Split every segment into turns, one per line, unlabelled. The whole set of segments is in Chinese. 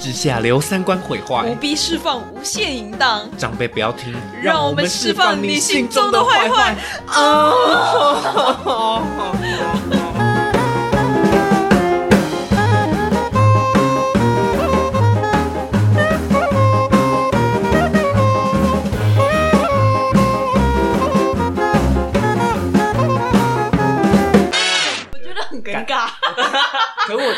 之下留三观毁
不
坏。
必释放无限淫荡，
长辈不要听，
让我们释放你心中的坏坏。 我觉得很尴尬。
可我，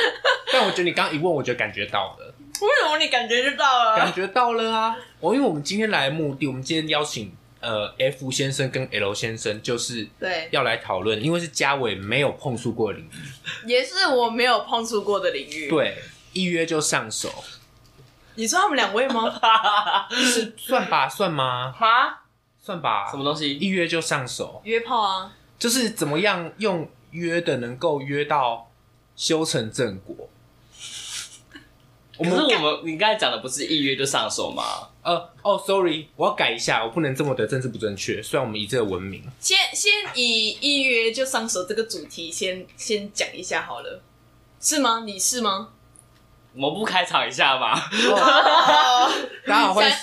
但我觉得你刚刚一问，我就感觉到了，
为什么你感觉就到
感
了？
觉到了啊！我、因为我们今天来的目的，我们今天邀请呃 F 先生跟 L 先生，就是
对，
要来讨论，因为是嘉伟没有碰触过的领域，
也是我没有碰触过的领域。，
对，一约就上手，
你说他们两位 吗？
算吧，算吗？
哈，
算吧，
什么东西？
一约就上手，
约炮啊，
就是怎么样用约的能够约到修成正果。我
可是
们
我们你刚才讲的不是一约就上手吗？
呃哦，sorry，我要改一下，我不能这么的政治不正确。虽然我们以这个闻名，
先先以一约就上手这个主题先先讲一下好了，是吗？你是吗？
我们不开场一下吗？
大家 好，欢迎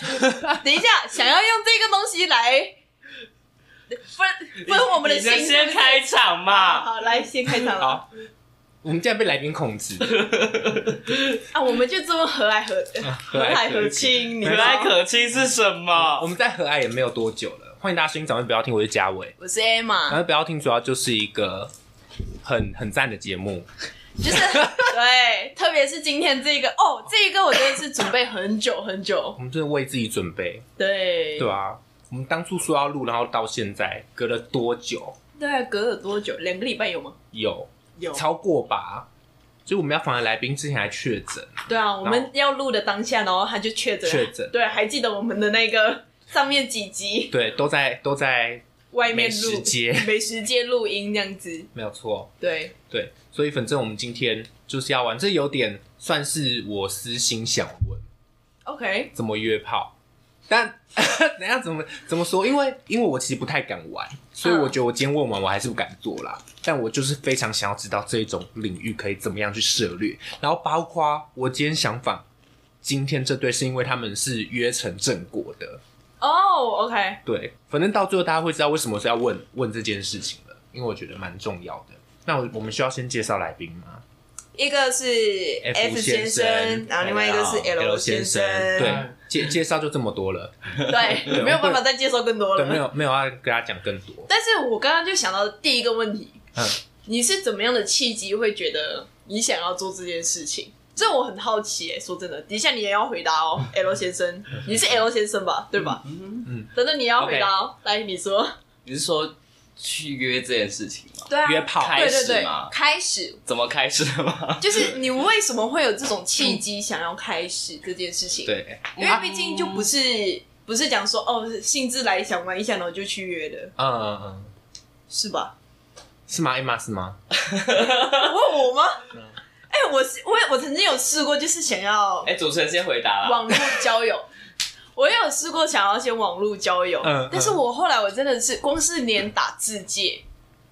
等一下，想要用这个东西来分分我们的
你
心，
就先开场
好
嘛。
好，来先开场了
好。我们竟然被来宾控制，
啊！我们就这么和蔼和和蔼和亲，你
啊
知
可
道吗
爱可亲是什
我
么？
们在和爱也没有多久了。欢迎大家收听，早上不要听，我是嘉伟。
我是
然
啊
Emma，
后不要听，主要就是一个很很赞的节目，
就是对，特别是今天这个哦，这一个我真的是准备很久很久
我，们真的为自己准备，
对
对啊，我们当初说要录，然后到现在隔了多久？
大概隔了多久？两个礼拜有吗？
有
有
超过吧？所以我们要访的来宾之前还确诊，
对啊，我们要录的当下，然后他就确诊，
确诊
对，还记得我们的那个上面几集
对，都在都在
外面
美
录
食街，
美食街录音这样子，
没有错。
对，
对，所以反正我们今天就是要玩，这有点算是我私心想问，
OK，
怎么约炮？但 等一下怎么怎么说？因为因为我其实不太敢玩，所以我觉得我今天问完我还是不敢做啦。但我就是非常想要知道这一种领域可以怎么样去涉略，然后包括我今天想访今天这对是因为他们是约成正果的，
哦、o k
对，反正到最后大家会知道为什么是要问问这件事情了，因为我觉得蛮重要的。那我我们需要先介绍来宾吗？
一个是
F
F
先
先
生
生，然后另外一个是 L
先
生，
对，介介绍就这么多了，
对，没有办法再介绍更多
对，没
了。
有没有要跟他讲更多。
但是我刚刚就想到第一个问题，
嗯
你是怎么样的契机会觉得你想要做这件事情？这我很好奇耶、说真的，等一下你也要回答 哦，L 先生，你是 L 先生吧？对吧？
嗯
嗯，
等等你也要回答哦。来，你说，
你是说去约这件事情吗？
对啊
约炮
对对
开始
对
嘛，
开始
怎么开始的吗？
就是你为什么会有这种契机想要开始这件事情？，
对，
因为毕竟就不是不是讲说哦，兴致来想玩一下，然后就去约的，
嗯嗯嗯，
是吧？
是吗？艾玛是吗？
问我吗？
嗯
哎、我是我也我曾经有试过，就是想要
哎，主持人先回答啦。
网络交友。 我也有试过想要先网络交友，
嗯嗯
但是我后来我真的是光是连打字界，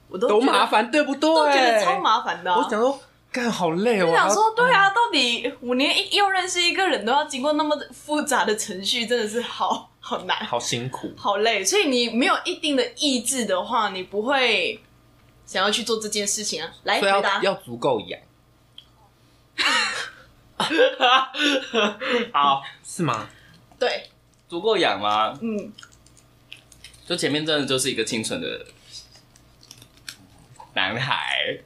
我都
都
觉得
麻，烦，对不对？
都觉得超麻烦的啊、
我想说，干好累哦。
我想说，
然后
对，啊，到底我连一要认识一个人都要经过那么复杂的程序，真的是好 好难，
好辛苦。
好累。所以你没有一定的意志的话，你不会想要去做这件事情啊。来
所
回
以
答
要，要足够痒，
好，
是吗？
对，
足够痒吗？
嗯，
就前面真的就是一个清纯的男孩，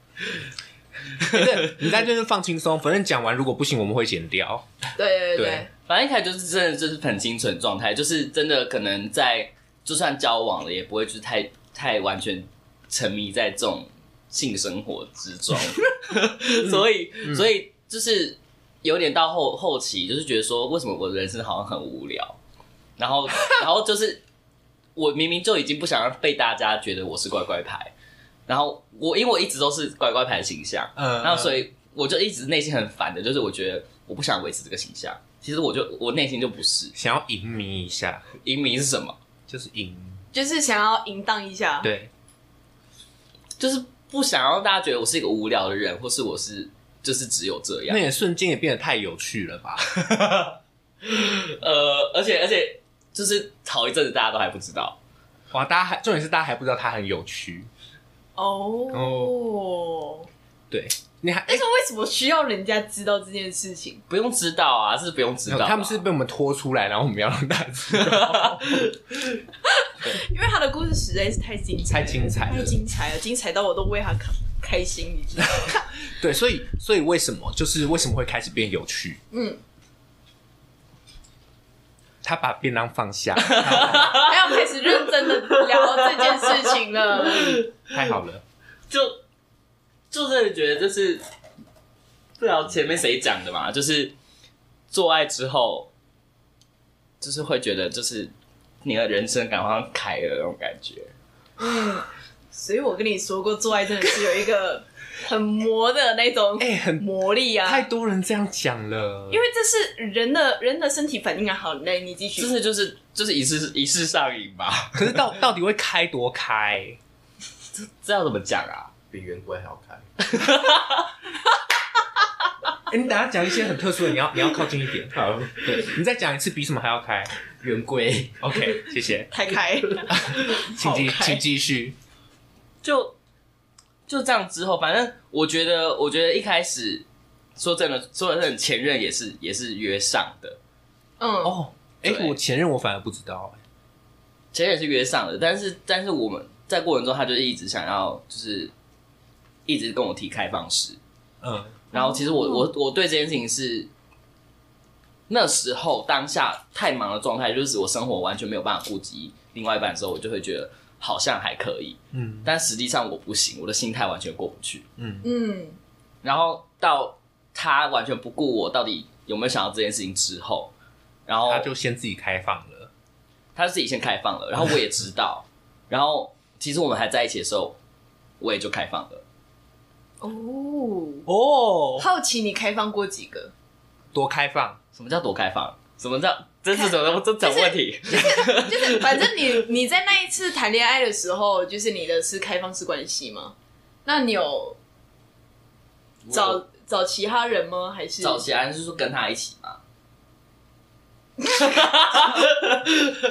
你在这边放轻松，反正讲完如果不行，我们会剪掉。
对对对
对
对，
反正一开始就是真的就是很清纯状态，就是真的可能在就算交往了，也不会就是太太完全沉迷在这种性生活之中，所以、所以就是有点到后后期，就是觉得说为什么我的人生好像很无聊，然后然后就是我明明就已经不想让被大家觉得我是乖乖牌，然后我因为我一直都是乖乖牌的形象，
嗯
然后所
以
以我就一直内心很烦的，就是我觉得我不想维持这个形象。其实我就我内心就不是
想要淫迷一下，
淫迷是什么？
就是淫，
就是想要淫荡一下，
对，
就是不想让大家觉得我是一个无聊的人，或是我是就是只有这样
那。也瞬间也变得太有趣了吧？
呃，而且而且就是好一阵子大家都还不知道，
哇，大家还重点是大家还不知道它很有趣，
哦。
对，你还、哎
但是为什么需要人家知道这件事情？
不用知道啊，是不用知道啊、
他们是被我们拖出来，然后我们要让大家知道
因为他的故事实在是太精彩了，
太精彩了
太精彩了，精彩到我都为他开开心，你知道吗？
对，所以所以为什么就是为什么会开始变有趣？
嗯，
他把便当放 下，
还要哎开始认真的聊这件事情了。
太好了，
就就真的觉得就是，不知道前面谁讲的嘛，就是做爱之后，就是会觉得就是你的人生感好像开了那种感觉。
嗯，所以我跟你说过，做爱真的是有一个很魔的那种
哎、很
魔力啊，
太多人这样讲了，
因为这是人的人的身体反应啊。好，那你继续
就。是就是就是一次一次上瘾吧，
可是到到底会开多开？
这要怎么讲啊？
比圆规还要 开。
哎、你等下讲一些很特殊的，你要你要靠近一点。
好，
对，你再讲一次，比什么还要开
圆规
？OK，谢谢，
太 开，
请继
好开
请继续。
就就这样之后，反正我觉得，我觉得一开始说真的，说真的，前任也是也是约上的，
嗯，
哦，哎、
对
我前任我反而不知道、
前任也是约上的，但是但是我们在过程中，他就一直想要就是一直跟我提开放式，
嗯，
然后其实我、
哦
我我对这件事情是那时候当下太忙的状态，就是我生活完全没有办法顾及另外一半的时候，我就会觉得好像还可以，
嗯
但实际上我不行，我的心态完全过不去。
嗯，
嗯，
然后到他完全不顾我到底有没有想到这件事情之后，然后
他就先自己开放了。
他自己先开放了，然后我也知道， 然后其实我们还在一起的时候，我也就开放了，
哦，
哦，
好奇你开放过几个？
多开放，
什么叫多开放？什么叫这是什么这种问题？
就是反正你 你在那一次谈恋爱的时候，就是你的是开放式关系吗？那你有找找其他人吗？还是
找其他人就是说跟他一起嘛？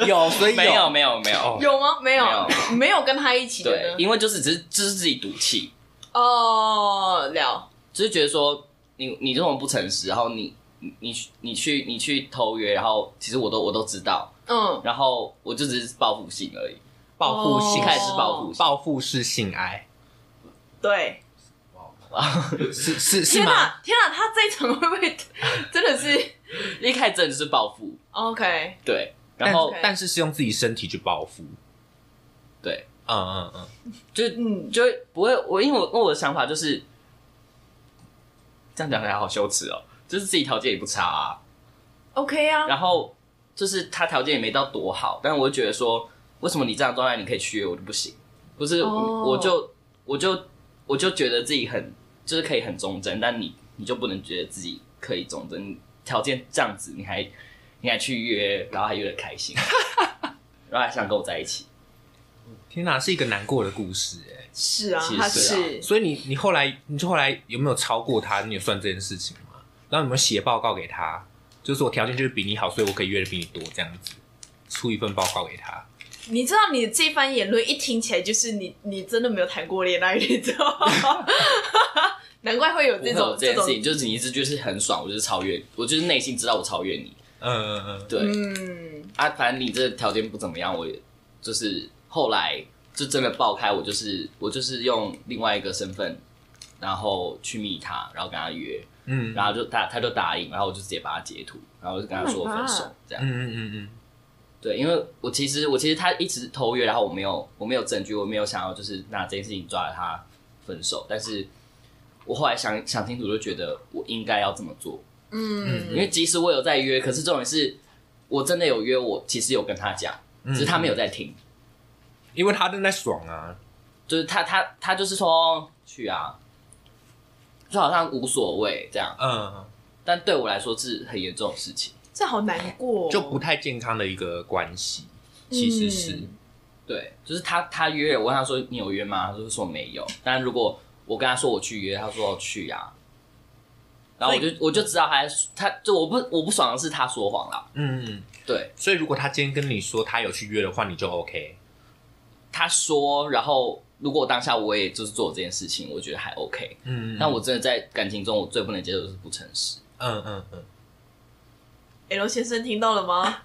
有所以
没有没有没有，
哦
有吗？没有
没，有
没有跟他一起
对
的，呢。
因为就是只是只是自己赌气，
哦，了，
只是觉得说你你这种不诚实，然后你你你去你去你去偷约，然后其实我都我都知道，
嗯，
然后我就只是报复性而已，
报复
哦
性
一开始是报复性。
报复式性爱
对。
是是是
天
吗？
哪，天哪，他这一场会不会 真的是
一开始真的是报复，
OK？
对，然
但
后
对
但是是用自己身体去报复，
对，
嗯嗯嗯，
就
嗯，
就会不会我因为我因为我的想法就是这样讲起来好羞耻哦，就是自己条件也不差啊，
OK 啊，
然后就是他条件也没到多好，但我就觉得说，为什么你这样的状态你可以去约我就不行？不是，
哦
我我就我就我就觉得自己很就是可以很忠贞，但你你就不能觉得自己可以忠贞，条件这样子你还你还去约，然后还约的 开心，然后还想跟我在一起，
天哪，是一个难过的故事哎。
是啊
其，实
他
是
是
所以你你后来你就后来有没有超过他？你有算这件事情吗？然后有没有写报告给他？就是我条件就是比你好，所以我可以约的比你多这样子，出一份报告给他。
你知道你这番言论一听起来就是你，你真的没有谈过恋爱，你知道吗？ 难怪会有
不会
这
有
种
这件
种
事，情，就是你一直就是很爽，我就是超越，我就是内心知道我超越你，
嗯嗯嗯，
对，
嗯，
啊，反正你这条件不怎么样，我也就是后来就真的爆开，我就是我就是用另外一个身份，然后去密他，然后跟他约，
嗯
然后就他他就答应，然后我就直接把他截图，然后就跟他说
Oh my
分
God
手，这样
嗯嗯嗯嗯，
对，因为我其实我其实他一直偷约，然后我没有我没有证据，我没有想要就是拿这件事情抓着他分手，但是我后来想想清楚，就觉得我应该要这么做，
嗯，
因为即使我有在约，可是重点是我真的有约我，其实有跟他讲，只是他没有在听。
嗯因为他正在爽啊。
就是他他他就是说去啊，就好像无所谓这样，
嗯，
但对我来说是很严重的事情。
这好难过哦，
就不太健康的一个关系，其实是。
嗯
对，就是他他约了我问他说你有约吗？他就说没有。但如果我跟他说我去约，他说去啊，然后我就我就知道他在他就我不我不爽的是他说谎啦，
嗯，
对，
所以如果他今天跟你说他有去约的话，你就 OK。
他说，然后如果我当下我也就是做这件事情，我觉得还 OK。
嗯，
但我真的在感情中，我最不能接受的是不诚实。
嗯嗯嗯，
L 先生听到了 吗？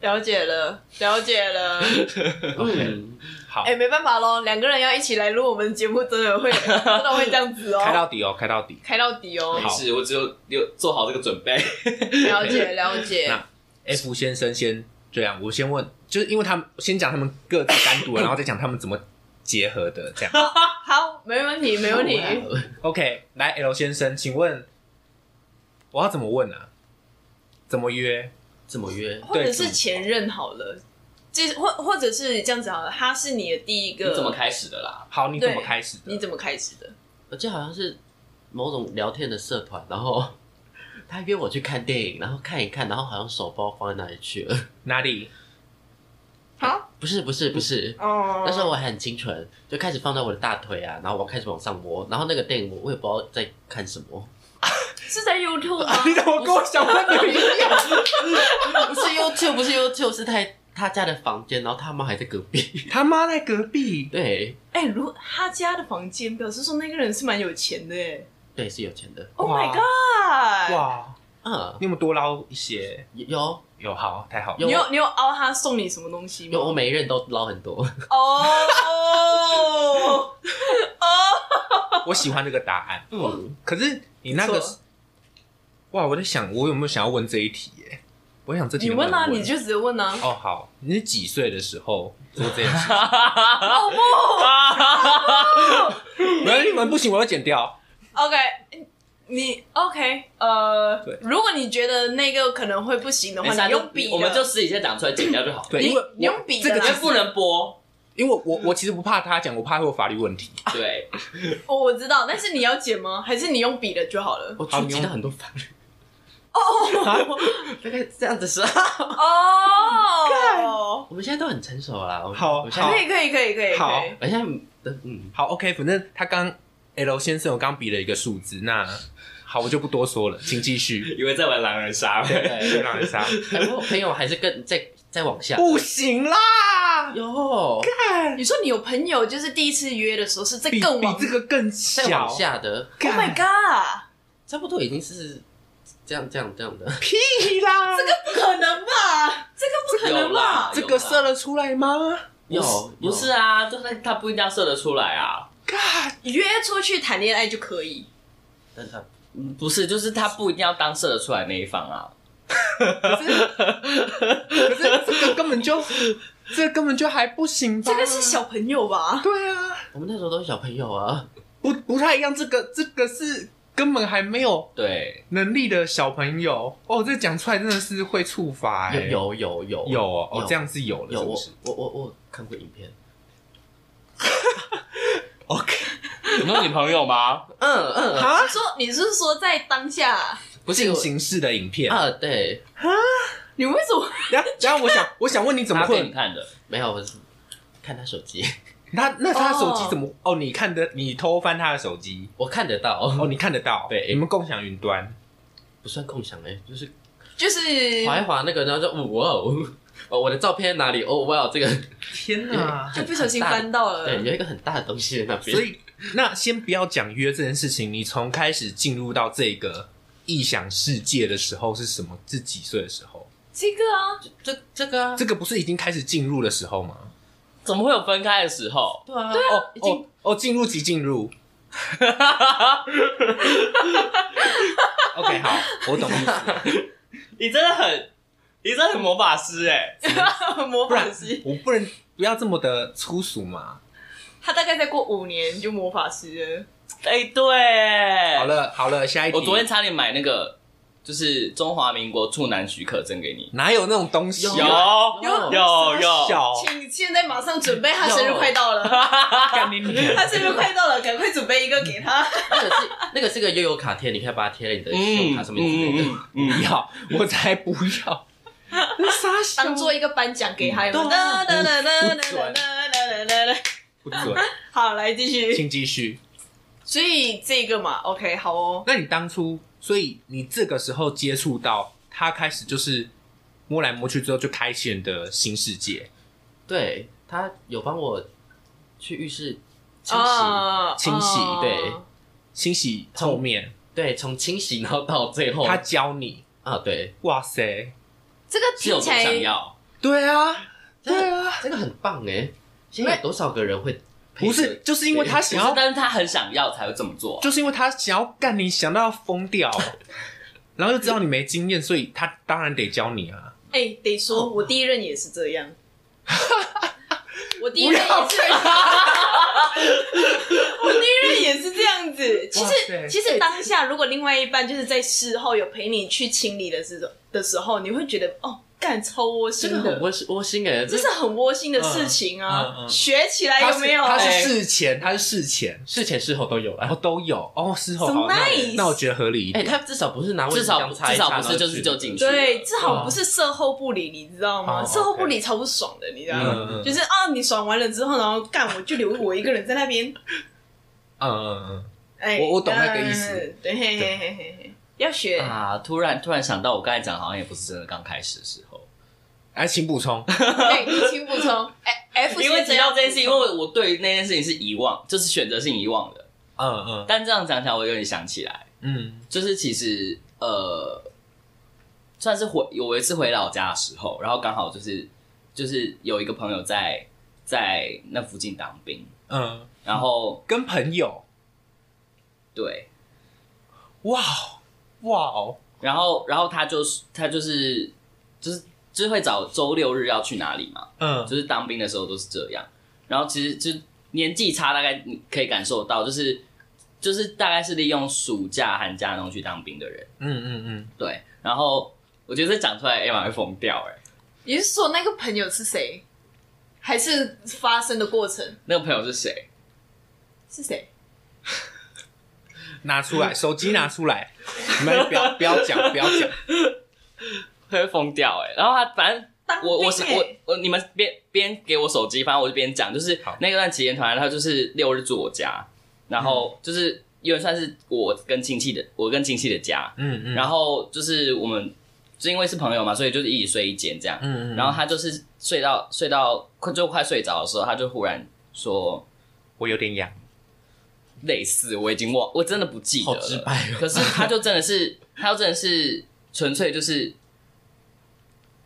了解了，了 解了。
嗯，
好
哎、，没办法喽，两个人要一起来录我们的节目，真的会真的会这样子哦、
开到底哦，开到底。
开到底哦、
没事，我只有有做好这个准备。
了解了解。
那 F 先生先这样，我先问，就是因为他们先讲他们各自单独的，然后再讲他们怎么结合的，这样。
好，没问题，没问题。
OK，来 L 先生，请问我要怎么问啊？怎么约？
怎么约？
或者是前任好了，这或或者是这样子好了，他是你的第一个，
你怎么？开始的啦？
好，你怎么
对
开始
你
的？
怎么开始的？
我记得好像是某种聊天的社团，然后 他约我去看电影，然后看一看，然后好像手包放在哪里去了。
哪里？
好
不是不是不是，
哦
那时候我还很清纯，就开始放在我的大腿啊，然后我开始往上摸，然后那个电影我我也不知道在看什么，
是在 YouTube 吗？
你怎么跟我想问的一样？
不是 YouTube，不是 YouTube，是在他家的房间，然后他妈还在隔壁。
他妈在隔壁，
对
哎、如他家的房间，表示说那个人是蛮有钱的哎。
对，是有钱的，
Oh
哇
my god！
哇！
嗯，
你有没有多捞一些？
有
有好，太好了。
你有你有凹他送你什么东西吗？
有，我每一任都捞很多。
哦哦，
我喜欢这个答案。
嗯，
可是你那个
不错，
哇，我在想，我有没有想要问这一题？耶？我想这题
你
能不
问
能
啊，你就直接问啊。
哦，好，你是几岁的时候做这件事？
哦不
没有，你们不行，我要剪掉。
，OK，你 OK，呃
对，哎
如果你觉得那个可能会不行的
没
话，
事啊，
你用笔的，
我们就私底下讲出来剪掉就好了。
对，
你
因为
你用
我
笔的
这个
你
其
们
实
不能播。
因为我我其实不怕他讲，我怕会有法律问题。
对，
哦，我知道，但是你要剪吗？还是你用笔的就好了？
我触及到很多法律。哦， 大概这样子是。
哦，
我们现在都很成熟啦。我们
好
我们现在
可以可以可以可以，
好
可以
我现在嗯，
好，OK，反正他刚 L 先生我刚比了一个数字，那好，我就不多说了，请继 续。
以为在玩狼人杀呗。
对，让人杀，
哎我朋友还是更再再往下。
不行啦，
有
你说你有朋友就是第一次约的时候是在
比
更
比
往
这个更
再
小
往。下的，
，Oh my god，
差不多已经是这样这样这样的。
屁啦，这个
不可能吧？这个不可能
有啦
吧？
这个射得出来吗
有
不是啊，就是他不一定要射得出来啊。
？God，
约出去谈恋爱就可以，
但他
嗯不是，就是他不一定要当射得出来那一方啊。
可是这个根本就，这根本就还不行吧？
这个是，小朋友吧？
对啊，
我们那时候都是小朋友啊，
不不太一样，这个这个是根本还没有
对，
能力的小朋友哦，这讲出来真的是会触发、欸，
有有有
有哦，哦
有
这样是有了，
有
是不
我
是
我我我看过影片，
？OK，
你有女朋友 吗？
嗯嗯，
啊
你，说你是说在当下，
不是
进
有
行式的影片。
啊，对，
你为什么
然后，然后我想，我想问你怎么
他给你
会？
看的。
没有，我是看他手机，
他那他手机
哦
怎么？哦，你看的，你偷翻他的手机，
我看得到，
哦，你看得到？
对
你们共享云端。
不算共享哎、就是
就是
划一划那个，然后就哦哇哦，哦我的照片哪里？哦哇，这个
天
哪！
就不小心翻到了？
对，有一个很大的东西在那边，
所以，那先不要讲约这件事情，你从开始进入到这个异想世界的时候是什么？是几岁的时候？
这个啊，
这这 个啊
这个不是已经开始进入的时候吗？
怎么会有分开的时候？
对啊，
哦
已经
哦哦，进入即进入。OK，好，我懂意思。
你真的很，你真的很魔法师哎、
模
不然
仿师，
我不能不要这么的粗俗嘛。
他大概再过五年就魔法师了。
哎、对，
好，了好了，下一题。
我昨天差点买那个，就是中华民国处男许可证给你。
哪有那种东西？
有
有
有有，
小，
请现在马上准备，他生日快到了，
干你娘
他生日快到 了，赶快准备一个给他。
那个是那个是个悠游卡贴，你可以把它贴在你的信用
嗯
卡
嗯
上面之类的。
嗯嗯
不要，我才不要。傻小，
当做一个颁奖给他，有没有？
对啊
哒哒哒哒哒
不准
哒哒哒哒哒哒
不准，
好，来继续。
请继续。
所以这个嘛，OK，好哦。
那你当初，所以你这个时候接触到他，开始就是摸来摸去之后，就开启了你的新世界，
对他有帮我去浴室清洗，
啊，
清洗
啊
对
清洗后面，
对，从清洗然后到最后，
他教你，
啊，对，
哇塞，
这个
是
听
有多
起来
想要？
对啊，对啊，
这个很棒哎，现在有多少个人会配
不
合
是，就是因为他
不
想
是，
要，
但是他很想要才会这么做。
就是因为他想要干你，想到要疯掉，然后又知道你没经验，所以他当然得教你啊。
哎、得说，我第一任也是这 样。我第一
不
任
要
也是，
再
我第一任也是这样子。其
哇
实，
塞
其实当下如果另外一半就是在事后有陪你去清理的时候的时候，你会觉得哦，干超窝
这
心
个很
的，
窝心窝心哎，
这是很窝心的事情啊！
嗯嗯嗯
学起来
他
有
是
没有？
他
哎
是事前，他是事前，
事前事后都有
哦
啊。
都有哦，事后
So
好，那
nice
那我觉得合理一
哎，
点。
他至少不是拿卫
至
生
少
巾擦
至
一擦
少不是就是就进去了，
对，至少不是事后不理，你知道吗？
啊哦
事后不
OK
理超不爽的，你知道吗？
嗯嗯嗯
就是啊，你爽完了之后，然后干我就留我一个人在那边。
嗯嗯嗯，
哎，
我我懂那个意思
嗯。对，嘿嘿嘿嘿嘿，要学。
啊！突然突然想到，我刚才讲好像也不是真的刚开始的时候，
哎，请补充。
哎，请补充。哎，F
因为
只
只
要
要这件事，因为我对那件事情是遗忘，就是选择性遗忘的。
嗯嗯
但这样讲起来，我有点想起来，
嗯
就是其实呃，算是回有一次回老家的时候，然后刚好就是就是有一个朋友在在那附近当兵，
嗯，
然后
跟朋友，
对，
哇哦哇哦，
然后然后他就是他就是就是就是会找周六日要去哪里嘛，
嗯
就是当兵的时候都是这样。然后其实就年纪差，大概你可以感受到，就是就是大概是利用暑假、寒假然后去当兵的人，
嗯嗯嗯，
对。然后我觉得这讲出来，Emma 会疯掉哎、
你是说那个朋友是谁？还是发生的过程
那个朋友是谁？
是谁？
拿出来，手机拿出来，你们不要不要讲，不要讲，
会疯掉哎、然后他反正。
当
我我
兵
是
欸
我我你们边边给我手机，反正我就边讲，就是
好
那段期间团，他就是六日住我家，然后就是有点算是我跟亲戚的，我跟亲戚的家，
嗯嗯，
然
后
后就是我们就因为是朋友嘛，所以就是一起睡一间这样，
嗯嗯，
然后他就是睡到睡到快就快睡着的时候，他就忽然说
我有点痒，
类似我已经忘，我真的不记得
好直
了。
白 哦。
可是他就真的是，他就真的是纯粹就是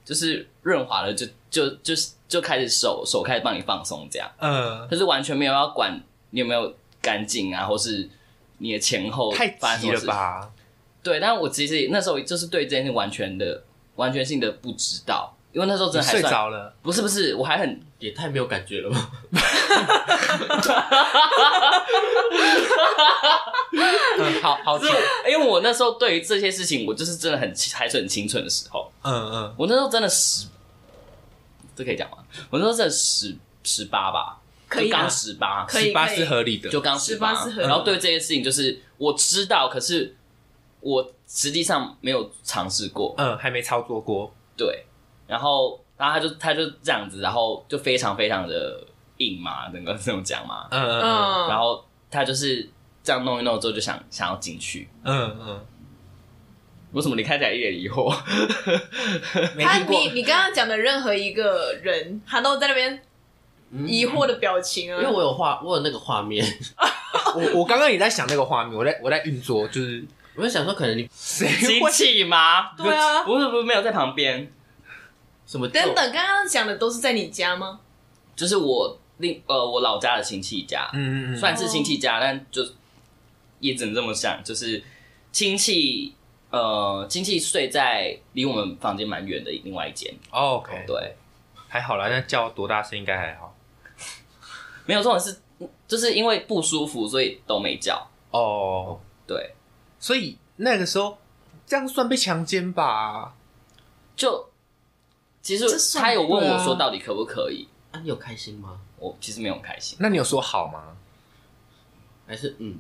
就是润滑了，就就就是就开始手手开始帮你放松这样，
嗯，
可是完全没有要管你有没有干净啊，或是你的前后
太
发生
急
什么
了
事
吧？
对，但我其实那时候就是对这件事完全的、完全性的不知道，因为那时候真
你
的还
睡
算
着了，
不是不是，我还很
也太没有感觉了吧？
嗯，好 好
就
讲，
是因为我那时候对于这些事情，我就是真的很还是很清纯的时候，
嗯嗯
我那时候真的十，这可以讲吗？我那时候真的十十八吧，
可以
就
啊
刚十八，
可以
十八
可以
是合理的，
就刚八
18是合理
然后对这件事情就是我知道，可是我实际上没有尝试过，
嗯，还没操作过，
对，然后然后他就他就这样子，然后就非常非常的硬嘛，整个这种讲嘛，
嗯嗯
嗯，
呃然后他就是这样弄一弄之后就想想要进去，
嗯嗯
为什么你看起来一脸疑 惑？
嗯，没
他
听过
你，你刚刚讲的任何一个人，他都在那边疑惑的表情啊，
嗯因为我有画，我有那个画面，
我我刚刚也在想那个画面，我在我在运作，就是
我就想说，可能你
谁
亲
会
戚吗？
对啊
不是不是没有在旁边，
什么
等等，刚刚讲的都是在你家吗？
就是我另呃我老家的亲戚家，
嗯嗯嗯，
算是亲戚家，但就也只能这么想，就是亲戚呃亲戚睡在离我们房间蛮远的另外一间，
哦 OK，
对。
还好啦，那叫多大声应该还好。
没有，重点是就是因为不舒服，所以都没叫。
哦，
对，
所以那个时候这样算被强奸吧？
就其实
这算
他有问
对
我
啊
说到底可不可以，
啊，你有开心吗？
我其实没有很开心，
那你有说好吗？
还是嗯，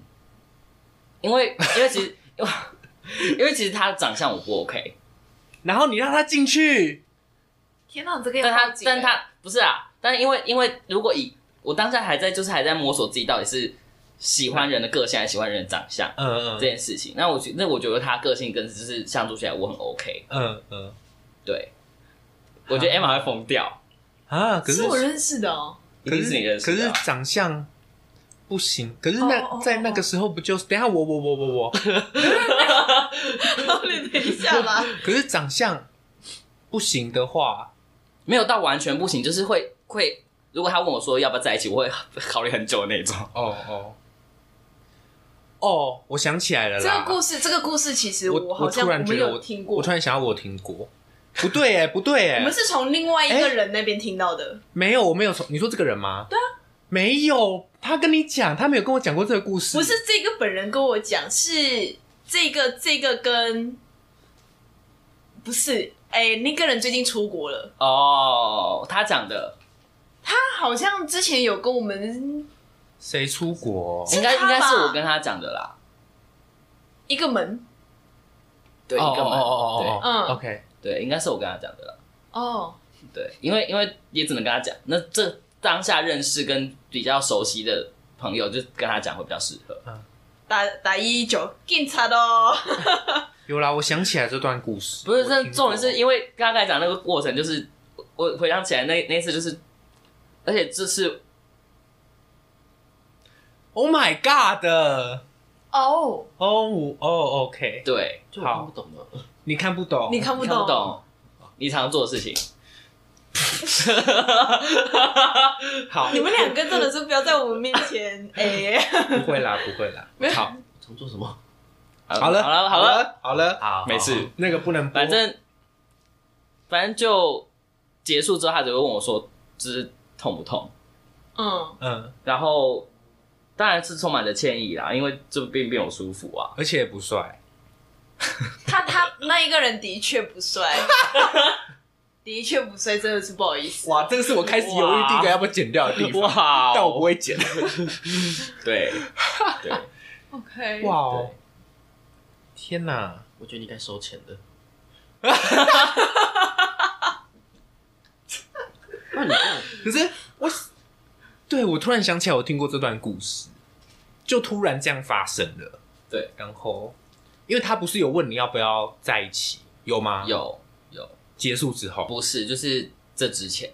因为因为其实 因为其实他的长相我不 OK，
然后你让他进去，
天哪，这个
但他
要
但他不是啊，但因为因为如果以我当下还在就是还在摸索自己到底是喜欢人的个性，还是喜欢人的长相
嗯
这件事情。那我觉那我觉得他个性跟就是相处起来我很 OK，
嗯嗯
对，我觉得 Emma 会疯掉，
啊，可是
是我认识的哦。
一定是你认识
可
的
是
啊。
长相不行，可是
哦哦
那
哦
在那个时候不就是？等一下我我我我 我我，
你等一下吧。
可是长相不行的话，
没有到完全不行，就是会会。如果他问我说要不要在一起，我会 考虑很久的那种。
哦哦哦，我想起来了
这个
啦，
故事，这个故事其实
我
好像
突然觉
们
得
有
我
听过，
我突然想到我有听过，不对哎，不对
我
哎
们，是从另外一个人那边听到的。
没有，我没有从你说这个人吗？对啊，没有，他跟你讲，他没有跟我讲过这个故事，
不是这个本人跟我讲，是这个这个跟不是哎、那个人最近出国了，
哦，他讲的
他好像之前有跟我们
谁出国？
应该
是他
应
吧
该是我跟他讲的啦。
一个门
对，一
哦
个
哦
门
哦哦
嗯
哦，OK，
对对，应该是我跟他讲的啦。
哦，
对，因为因为也只能跟他讲，那这当下认识跟比较熟悉的朋友，就跟他讲会比较适合。
打打一一九，警察的哦，
有啦，我想起来这段故事，
不是，
我
这
听过
重点是因为刚才讲那个过程，就是我我回想起来那那次就是，而且这次
Oh my God！
哦，
哦哦，OK，
对
就我看不懂了。呃
你看不懂，
哦你看不
哦你看
懂，
不懂你常做的事情。
好
你，们两个真的是不要在我们面前哎、
不会啦，不会啦，好，
重做什么？
好了，
好
好
了，好了，
了，好了，
好，
没事。
那个不能播，
反正反正就结束之后，他只会问我说，就是痛不痛？
嗯，
嗯，
然后当然是充满着歉意啦，因为这并没有舒服啊。
而且也不帅，
他他那一个人的确不 帅，的确不帅，真的是不好意思。
哇，这个是我开始犹豫第一个要不要剪掉的地方，
哇
但我不会剪，
对对，
OK，
哇
对
哦，，天哪，
我觉得你该收钱 的。那你
可是我，对我突然想起来，我听过这段故事，就突然这样发生了，
对，
然后因为他不是有问你要不要在一起，有吗？
有有
结束之后，
不是就是这之前，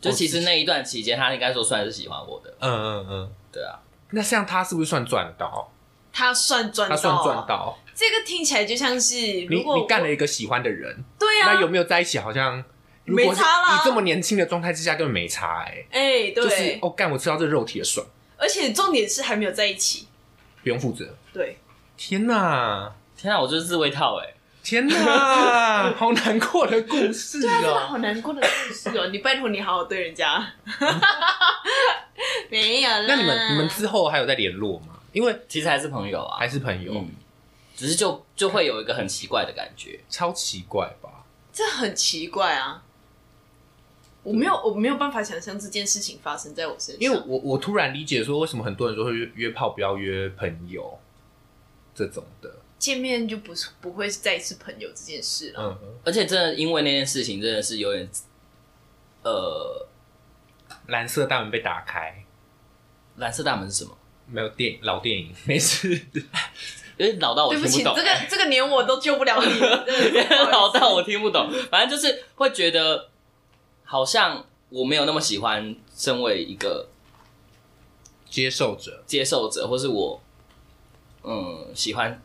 就其实那一段期间，他应该说算是喜欢我的，
嗯嗯嗯，
对啊，
那像他是不是算赚到？
他算赚
他
到，
算
啊
赚。到，
这个听起来就像是
你
如果
你干了
我
一个喜欢的人，
对啊，
那有没有在一起？好像如
没
果是
差啦
你这么年轻的状态之下根本没差哎、
哎、对，
就是哦，干我吃到这肉体的爽，
而且重点是还没有在一起。
不用负责。
对，
天哪，
天啊，我就是自慰套哎、
天哪， 好难过的故事
啊真的
哦、
好难过的故事 哦。你拜托你好好对人家， 没有啦。
嗯那你们你们之后还有在联络吗？因为
其实还是朋友啊
还，是朋友，
嗯，只是就就会有一个很奇怪的感觉，
超奇怪吧？
这很奇怪啊！我没有，我没有办法想象这件事情发生在我身上，
因为我我突然理解说，为什么很多人都会约约炮不要约朋友这种的，
见面就不是不会再是朋友这件事了。
嗯，
而且真的因为那件事情，真的是有点呃，
蓝色大门被打开，
蓝色大门是什么？
没有电老电影， 没事，
有点
哦
老到我
对
听
不起，
懂，
这个这个连我都救不了你，真 的是不好意思
老到我听不懂。反正就是会觉得，好像我没有那么喜欢身为一个
接受者，
接受者，或是我，嗯，喜欢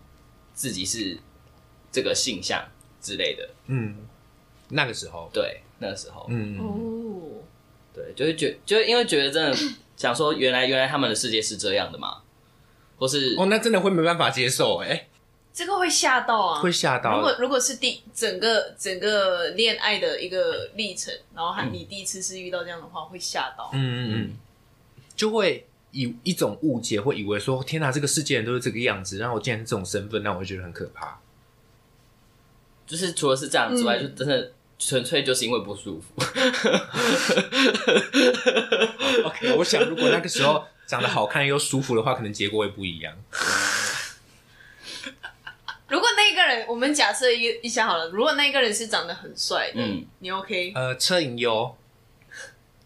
自己是这个性向之类的。
嗯，那个时候，
对，那个时候，
嗯，
哦，
对，就会觉，就因为觉得真的想说，原来原来他们的世界是这样的嘛，或是
哦，那真的会没办法接受、哎，
这个会吓到啊！
会吓
如
到
果，如果是第整个整个恋爱的一个历程，然后还你第一次是遇到这样的话，会吓到。
嗯嗯嗯，就会。以一种误解，会以为说：“天哪，这个世界人都是这个样子。”然后我竟然是这种身份，那我会觉得很可怕。
就是除了是这样之外，
嗯
就真的纯粹就是因为不舒服。
OK，我想如果那个时候长得好看又舒服的话，可能结果会不一样。
如果那个人，我们假设一一下好了，如果那个人是长得很帅的，
嗯，
你 OK？
呃，车银优，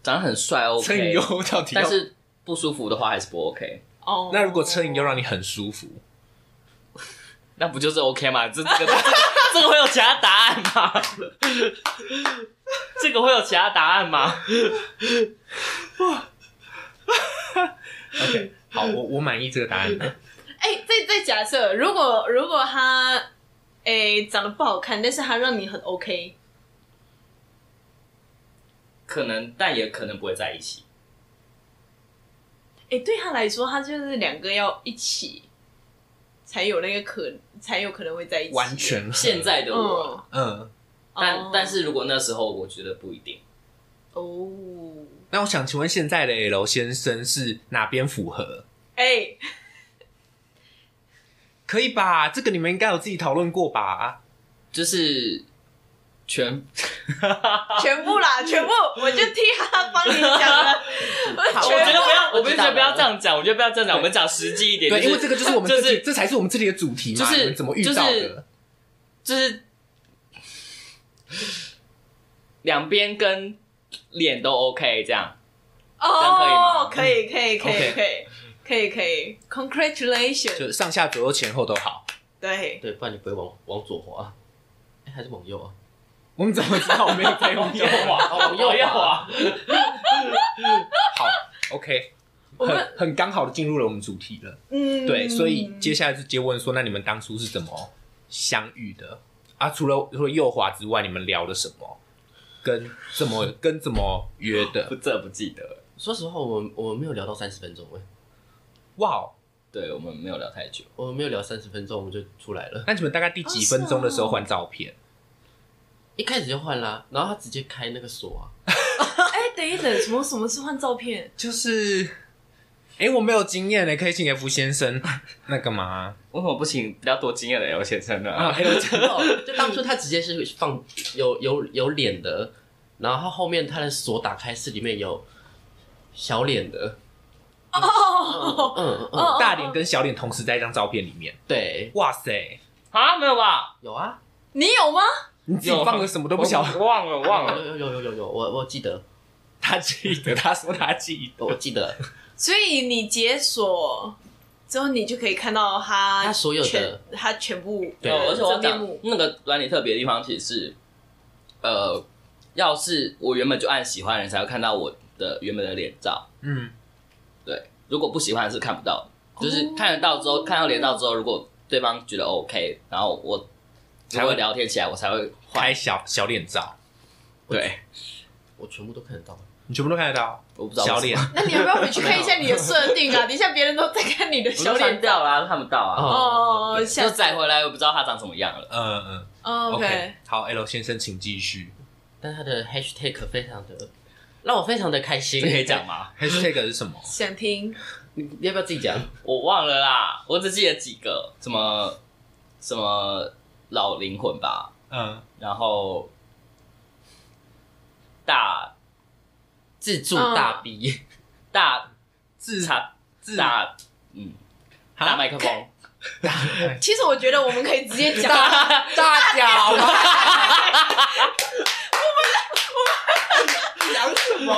长得很帅
车银
，OK，
优到底要
但是不舒服的话还是不 OK。
哦
那如果车饮又让你很舒服，
那不就是 OK 吗？这这个 这个这个会有其他答案吗？ 这个会有其他答案吗？嗯
好，我我满意这个答案的。
哎、再再假设，如果如果他哎、长得不好看，但是他让你很 OK，
可能，但也可能不会在一起。
哎、对他来说，他就是两个要一起才有那个可才有可能会在一起。
完全合
现在的我啊，
嗯，
嗯，
但
哦
但是如果那时候，我觉得不一定。
哦，
那我想请问现在的 L 先生是哪边符合？
哎、
可以吧？这个你们应该有自己讨论过吧？
就是全，
全部啦，全部，我就替他帮你讲了。我
好
我
全
觉
部
得不要，我
我
们
知
觉
道了
得不要这样讲，我觉得不要这样讲，我们讲实际一点。
对，
就是
因为这个就是我们
就
自己，
是
这才是我们自己的主题嘛，
就是
你们怎么遇到
就
的
是？就是两边跟脸都 OK 这样。样可以吗
哦，可以，可以，可以，
OK
可以，可以，可以，Congratulation，
就上下左右前后都好。
对，
对，不然你不会往往左滑，哎还是往右啊？
我们怎么知道我没有在用
往右滑，
好，OK，
我们
很很刚好的进入了我们主题了。
嗯，
对，所以接下来就接问说，那你们当初是怎么相遇的？啊，除了除了右滑之外，你们聊了什么？跟怎么跟怎么约的
不？这不记得了。
说实话，我们我们没有聊到三十分钟哎，
哇哦，
对我们没有聊太久，
我们没有聊三十分钟我们就出来了，
那你们大概第几分钟的时候换照片？
一开始就换啦，然后他直接开那个锁啊，
哎、等一等，什么什么是换照片？
就是，哎、我没有经验呢，可以请 F 先生那干嘛？
为什么不请比较多经验的 L 先生呢？
啊
哎，我知道，
哦
就当初他直接是放有有有脸的，然后后面他的锁打开是里面有小脸的，
哦，
嗯嗯
哦
嗯，
大脸跟小脸同时在一张照片里面，
对，
哇塞！
啊，没有吧？
有啊，
你有吗？
你自己放的什么都不晓
我
得，
忘了忘了。
有有有有有有，我我记得，
他记得，他说他记
我记得
所以你解锁之后，你就可以看到他
他所有的
全他全部
对
哦而且我要
真面
讲
目
那个软体特别的地方，其实是，呃，要是我原本就按喜欢的人才会看到我的原本的脸照，
嗯，
对，如果不喜欢是看不到的，就是
哦
看得到之后，看到脸照之后，如果对方觉得 OK，然后我才
才
会
会
聊天起来，我才会
拍
换。
小小脸照，
对，
我全部都看得到，
你全部都看得到，
我不知道
小脸，
那你要不要回去看一下你的设定啊？等一下别人都在看你的小
小脸
脸
掉
照。
了、啊，看不到啊，
哦，
就
下次
载回来，我不知道他长什么样了。
嗯嗯
哦
OK，
OK，
好，L 先生请继续。
但他的 hashtag 非常的让我非常的开心，
这可以讲？吗？
Hashtag 是什么？
想听
你你要不要自己讲？
我忘了啦，我只记得几个，什么什么老灵魂吧，
嗯，
然后大
自助大逼，
大
自
差
自
大嗯大麦克风，
其实我觉得我们可以直接讲，
大脚吗？讲什么？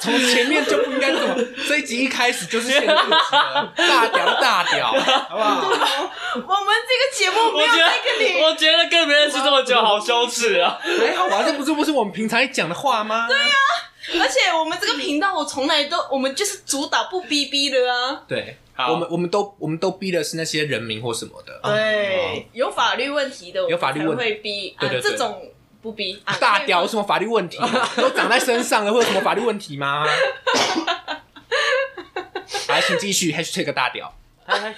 从前面就不应该这 么，这一集一开始就是先入集了，大屌大屌，好不好？
我们这个节目没 有
我觉
在跟
得
你，
我觉得跟别人吃这么久，好羞耻 啊！
还好吧，这不是不是我们平常讲的话吗？对呀、
而且我们这个频道我从来都我们就是主打不逼逼的啊。
对，
好
我们我们都我们都逼的是那些人名或什么的，
对，有法律问题的，我们
有法律问
才会逼啊
对对，对
这种不逼啊，
大屌有
屌
什么法律问 题？都长在身上了，会有什么法律问题 吗？来，请继续 #hashtag 大屌，
他他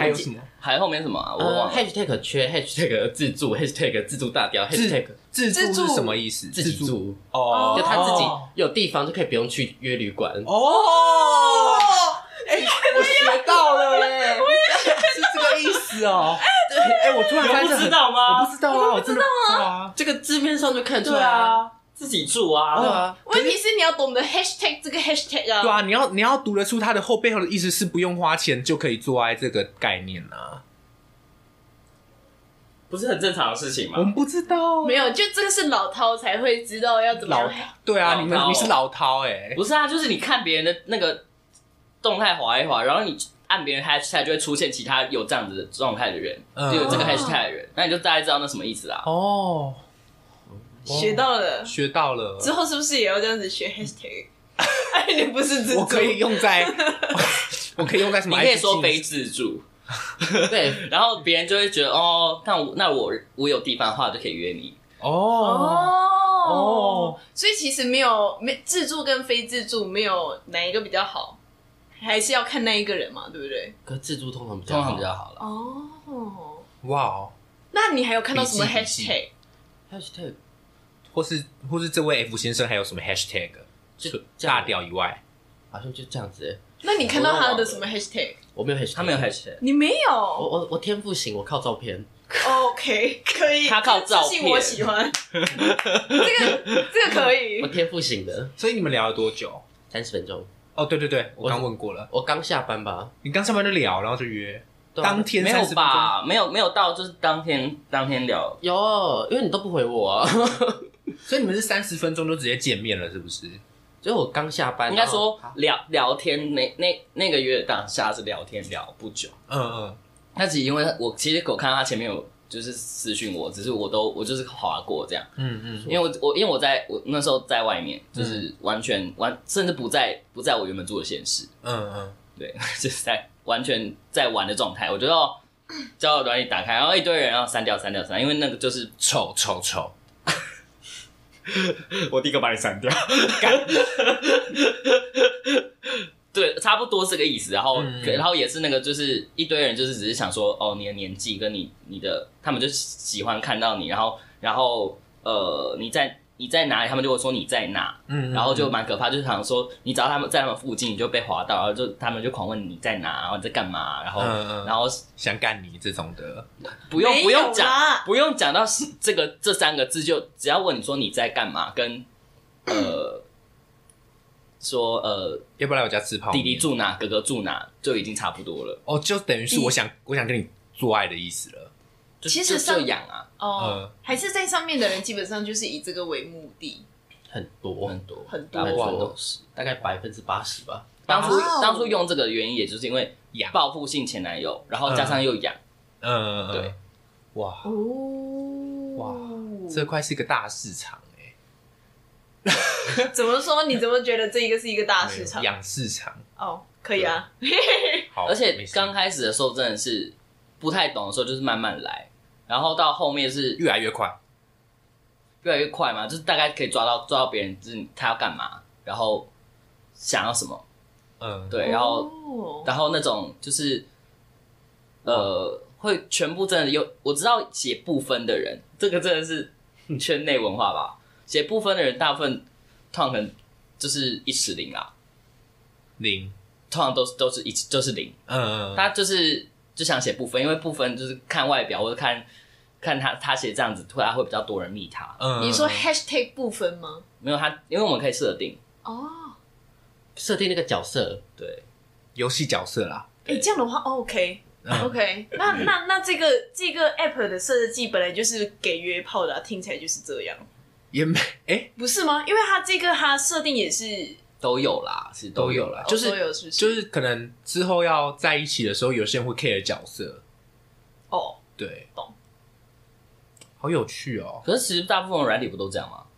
还有什么？
还后面什么啊？我
呃
忘了。
，hashtag 缺 hashtag 自助 hashtag 自助大雕 hashtag
自助
自助
是什么意思？
自己住，
哦，
就他自己
哦
有地方就可以不用去约旅馆。
哦，我学到了耶！是这个意思哦。哎，我突然发
你
现
不
很
知，道
我
吗
不？知道啊，我真的不知道啊。
这个字面上就看出来，
自己住啊，
对
嗯
啊，
问题是你要懂得 hashtag 这个 hashtag 啊，
对啊，你要你要读得出它的后背后的意思是不用花钱就可以做爱这个概念啊。
不是很正常的事情
我
吗？
们不知道啊
没有，就这个是老饕才会知道要怎么
老
样。
对啊，
老
你们
饕
你是老饕哎，
不是啊，就是你看别人的那个动态滑一滑，然后你按别人 hashtag 就会出现其他有这样子的状态的人，
嗯
就有这个
哦
hashtag 的人，那你就大概知道那什么意思啦。
哦，
学到了，
学到了，
之后是不是也要这样子学 hashtag？哎，你不是蜘蛛，
我可以用 在，我可以用在什
你
么？
可以说非自 助，
对，
然后别人就会觉得哦，那我那我我有地方的话就可以约你。
哦，
哦，所以其实没有没自助跟非自助没有哪一个比较好，还是要看那一个人嘛，对不对？
可是自助通常比较
通
好
常比较好了。
哦，
哇哦，
那你还有看到什么
笔记笔记
hashtag？
hashtag
或是或是这位 F 先生还有什么 hashtag？
就这样
大屌以外，
好像就这样子欸。
那你看到他的什么
啊
hashtag？
我没有 hashtag，
他没有 hashtag，
你没
我
有
我我天赋型，我靠照片。
哦 ？OK，可以。
他靠照片
这信我喜 欢。这个这个可以
我。天赋型的，
所以你们聊了多久？
三十分钟。
哦，对对对，我刚问过了，
我刚下班吧，
你刚上班就聊，然后就约，
对啊
当天
没有
30分钟？
吧？没有没有到就是当天当天聊，
有，因为你都不回我啊。
所以你们是三十分钟就直接见面了，是不是？
所以我刚下班，
应该
然后
说聊聊天那那那个月当下是聊天聊不久。
嗯嗯，
那只因为我其实我看到他前面有就是私讯我，只是我都我就是划过这样，
嗯嗯，
因为我我因为我在我那时候在外面，就是完全完甚至不在不在我原本住的县市，
嗯嗯，
对， 就是在完全在玩的状态，我觉得哦交友软件打开，然后一堆人，然后删掉删掉删掉，因为那个就是
丑丑 丑，
我第一个把你删 掉，对，差不多这个意思。然后，
嗯
可然后也是那个，就是一堆人就是只是想说，哦，你的年纪跟你你的，他们就喜欢看到你，然后然后呃，你在你在哪里，他们就会说你在哪，
嗯，嗯
然后就蛮可怕，就是想说，你只要他们在他们附近，你就被划到，然后就他们就狂问你在哪，然后你在干嘛，然后、
嗯嗯
然后
想干你这种的，
不用
没有
不用讲
啦，
不用讲到这个这三个字，就只要问你说你在干嘛，跟呃说呃
要不要来我家吃泡
弟
面？
弟住哪，哥哥住哪，就已经差不多了。
哦，就等于是我想我想跟你做爱的意思了。
就
其实
就
上
就养啊，
哦
嗯，
还是在上面的人基本上就是以这个为目的。
很多
很多
很多
大部分都是。
大概百分之八十吧。
当初
哇哦
当初用这个原因，也就是因为
养
报复性前男友，然后加上又养，
嗯，嗯嗯
对，
哇，
哦，
哇这块是一个大市场哎、
怎么说？你怎么觉得这一个是一个大
没有
市场？
养市场。
哦，可以啊。
好，
而且
没事
刚开始的时候真的是不太懂的时候，就是慢慢来，然后到后面是
越来越快，
越来越快嘛，就是大概可以抓到抓到别人，就是他要干嘛，然后想要什么，
嗯，
对，然后
哦
然后那种就是，呃，会全部真的有我知道写部分的人，这个真的是圈内文化 吧。写部分的人，大部分通常可能就是一尺零啦，
零，
通常都是都是一尺就是零，
嗯，嗯
他就是就想写部分，因为部分就是看外表或者看看他他写这样子，突然会比较多人密他。
嗯
你说
嗯
hashtag 部分吗？
没有他，因为我们可以设定，
哦，
设定那个角色，
对，
游戏角色啦，
哎、这样的话哦，OK。OK，那那那这个这个 app 的设计本来就是给约炮的啊、听起来就是这样，
也没 哎、
不是吗？因为它这个它设定也是，
都有啦，其实都有啦
哦。就是
哦都有是不是？
就是可能之后要在一起的时候，有些人会 care 角色，
哦，
对，
懂，
好有趣哦，
可是其实大部分的软体不都这样吗？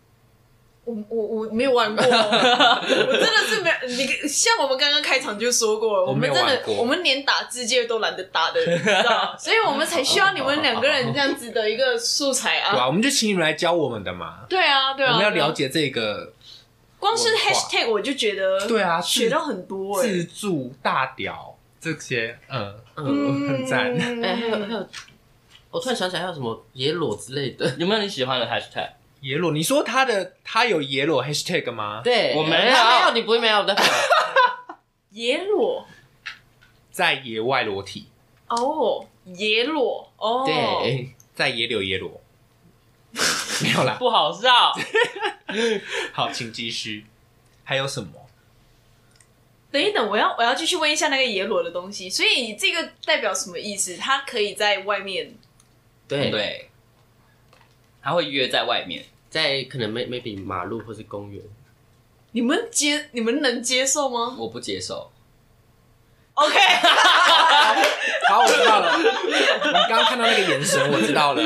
我我我没有玩过，我真的是没有。你像我们刚刚开场就说过了，
我
我
没
们
有
真
玩
的
过
我们连打字界都懒得打的，你知道，所以我们才需要你们两个人这样子的一个素材
对
啊。
啊，我们就请你们来教我们的嘛，
对啊，对
我
啊，
们要
对啊
了解这个，
光是
文化
hashtag 我就觉得，
对啊，
呃学
自
到很多哎、
自助大屌这些，嗯，
嗯，
很赞
哎、还有还
嗯
有，我突然想起来还有什么野裸之类的，
有没有你喜欢的 hashtag？
野裸，你说他的他有野裸 hashtag 吗？
对我没有
他没有，你不会没有的。
野裸
在野外裸体，
哦，野裸哦，
对，
在野柳野 裸，没有啦，
不好笑。
好，请继续。还有什么？
等一等，我要我要继续问一下那个野裸的东西，所以这个代表什么意思？它可以在外面
对 对，
嗯对，他会约在外面，
在可能 may- maybe 马路或是公园，
你们接你们能接受吗？
我不接受。
OK，
好，我知道了。你刚刚看到那个眼神，我知道了。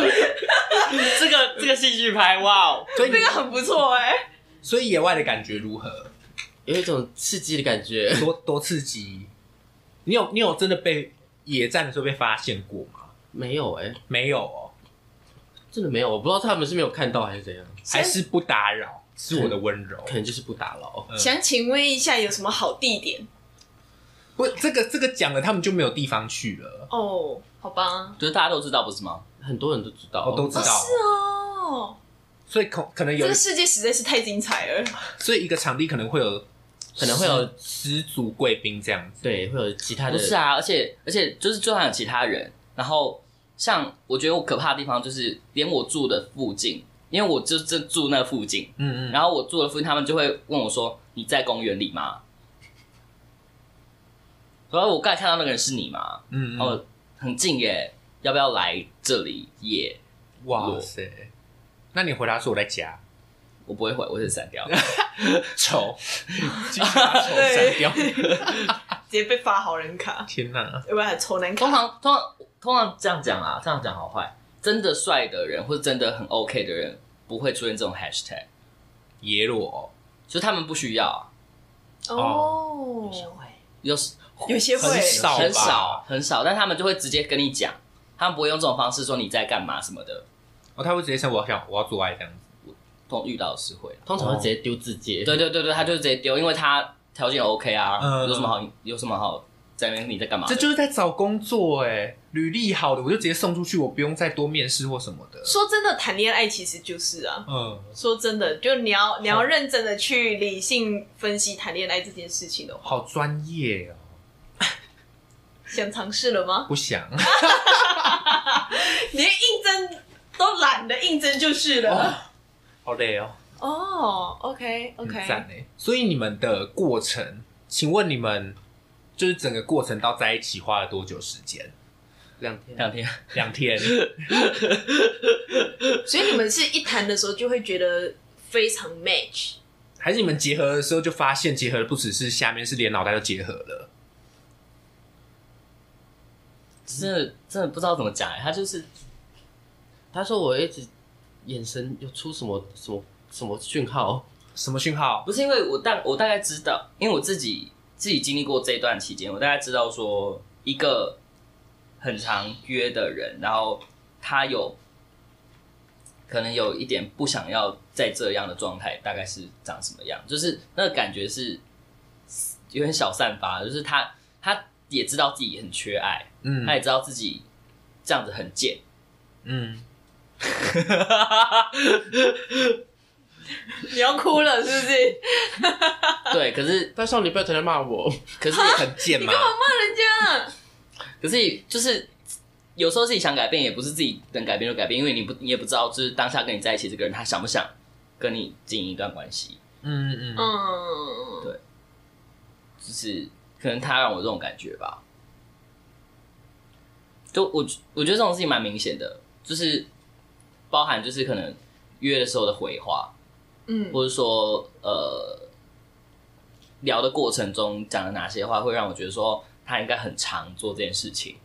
这个这个戏剧拍，哇哦！
所以你
这个很不错哎、
所以野外的感觉如何？
有一种刺激的感觉。
多多刺激！你有你有真的被野战的时候被发现过吗？
没有哎、
没有哦，
真的没有，我不知道他们是没有看到还是怎样，
还是不打扰是我的温柔。
可能就是不打扰。
嗯
想请问一下，有什么好地点？
不，这个这个讲了，他们就没有地方去了。
哦，好吧，
就是大家都知道，不是吗？
很多人都知道，
我都知道，
是哦，
所以可可能有
这个，世界实在是太精彩了。
所以一个场地可能会有，
可能会有
十足贵宾这样子。
对，会有其他的。
不是啊，而且而且就是就算有其他人，然后像我觉得我可怕的地方就是连我住的附近，因为我就就住那附近，
嗯嗯，
然后我住的附近，他们就会问我说：“你在公园里吗？”然后我刚才看到那个人是你吗？
嗯嗯，
哦，很近耶，要不要来这里耶？
哇塞！那你回答说我在家，
我不会回，我会删掉。
丑，继续把丑删掉。
直接被发好人卡，
天哪，
要不然丑男卡
通。常通常通常这样讲啊，这样讲好坏，真的帅的人或者真的很 OK 的人不会出现这种 hashtag，
野裸哦
就他们不需要啊，
哦，
有时
有些会
很少吧
很少很少，但他们就会直接跟你讲，他们不会用这种方式说你在干嘛什么的。
哦，他会直接说我想我要做爱这样子。
通遇到的是会，
通常会直接丢字节。
对对对对，他就直接丢，因为他条件 OK 啊，
嗯
有什么好有什么好在那边你在干嘛
这？就是在找工作哎、履历好的我就直接送出去，我不用再多面试或什么的。
说真的，谈恋爱其实就是啊。
嗯，
说真的，就你要你要认真的去理性分析谈恋爱这件事情的话，
好专业哦，
想尝试了吗？
不想。
连应征都懒得应征就是了。
好累哦，
哦，OK
很
OK，
赞哎。所以你们的过程，请问你们就是整个过程到在一起花了多久时间？
两天
两天
两 天。
所以你们是一谈的时候就会觉得非常 match，
还是你们结合的时候就发现，结合的不只是下面，是连脑袋都结合了。
真的真的不知道怎么讲、欸，他就是
他说我一直眼神有出什么什么什么讯号，
什么讯号？
不是因为我大我大概知道，因为我自己自己经历过这一段期间，我大概知道说一个很常约的人，然后他有可能有一点不想要在这样的状态，大概是长什么样，就是那个感觉是有点小散发，就是他他也知道自己很缺爱，
嗯
他也知道自己这样子很贱，
嗯，
你要哭了是不 是？
对，可是
但少女不要突然骂我，
可是
很贱 嘛。
骂人家
可是就是有时候自己想改变，也不是自己能改变就改变，因为你不你也不知道，就是当下跟你在一起这个人他想不想跟你经营一段关系，
嗯嗯嗯，
嗯，
就是可能他让我这种感觉吧。就我我觉得这种事情蛮明显的，就是包含就是可能约的时候的回话，
嗯，
或者说呃聊的过程中讲了哪些话，会让我觉得说他应该很常做这件事情，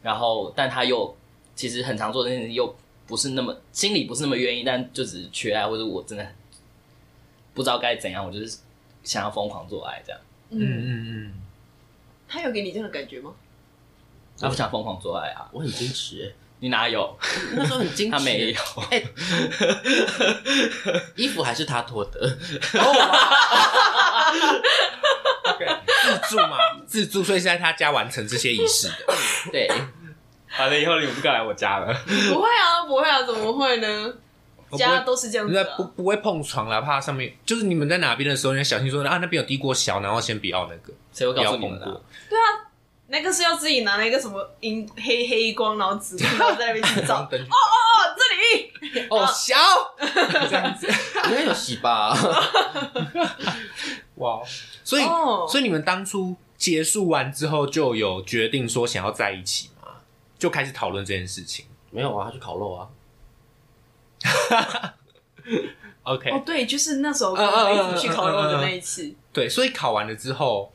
然后但他又其实很常做这件事情，又不是那么心里不是那么愿意，但就只是缺爱，或者我真的不知道该怎样，我就是想要疯狂做爱这样，
嗯嗯嗯，
他有给你这样的感觉吗？
他不想疯狂做爱啊，
我很矜持、欸，
你哪有？
那时候很矜持、哎
他没有，
衣服还是他脱的，
自助嘛，自助，所以是在他家完成这些仪式的。
对，
完了以后，你们不敢来我家了，
不会啊，不会啊，怎么会呢？
哦我不会
家都是这样
你
子、
在
啊
不，不会碰床啦，怕上面就是你们在哪边的时候，你要小心说啊，那边有滴过小，然后先不要那个，
谁会
不
告
要
诉你
碰
们啊
过？。
那个是要自己拿了一个什么荧黑黑光，然后指控，然后在那边去 找
装。灯具
哦，这里
哦，小这样 子，
应该有洗吧？
哇！所以
哦
所以你们当初结束完之后，就有决定说想要在一起吗？就开始讨论这件事情。
没有啊，他去烤肉啊。
OK，
哦，
啊
对，就是那时候跟我们一起去烤肉的那一次。
对，所以考完了之后，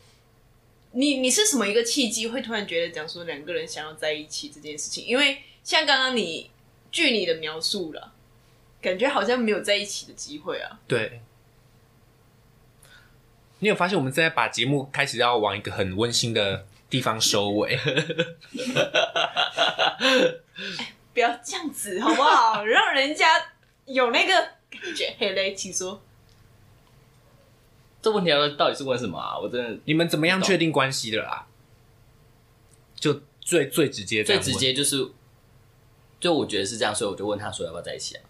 你你是什么一个契机会突然觉得讲说两个人想要在一起这件事情？因为像刚刚你据你的描述了，感觉好像没有在一起的机会啊。
对。你有发现我们正在把节目开始要往一个很温馨的地方收尾？
不要这样子好 不好？让人家有那个感觉。嘿嘞，请说。
这问题要到底是问什么啊？我真的
你们怎么样确定关系的啦？就最最直接，
最直。接就是，就我觉得是这样，所以我就问他说要不要在一起啊？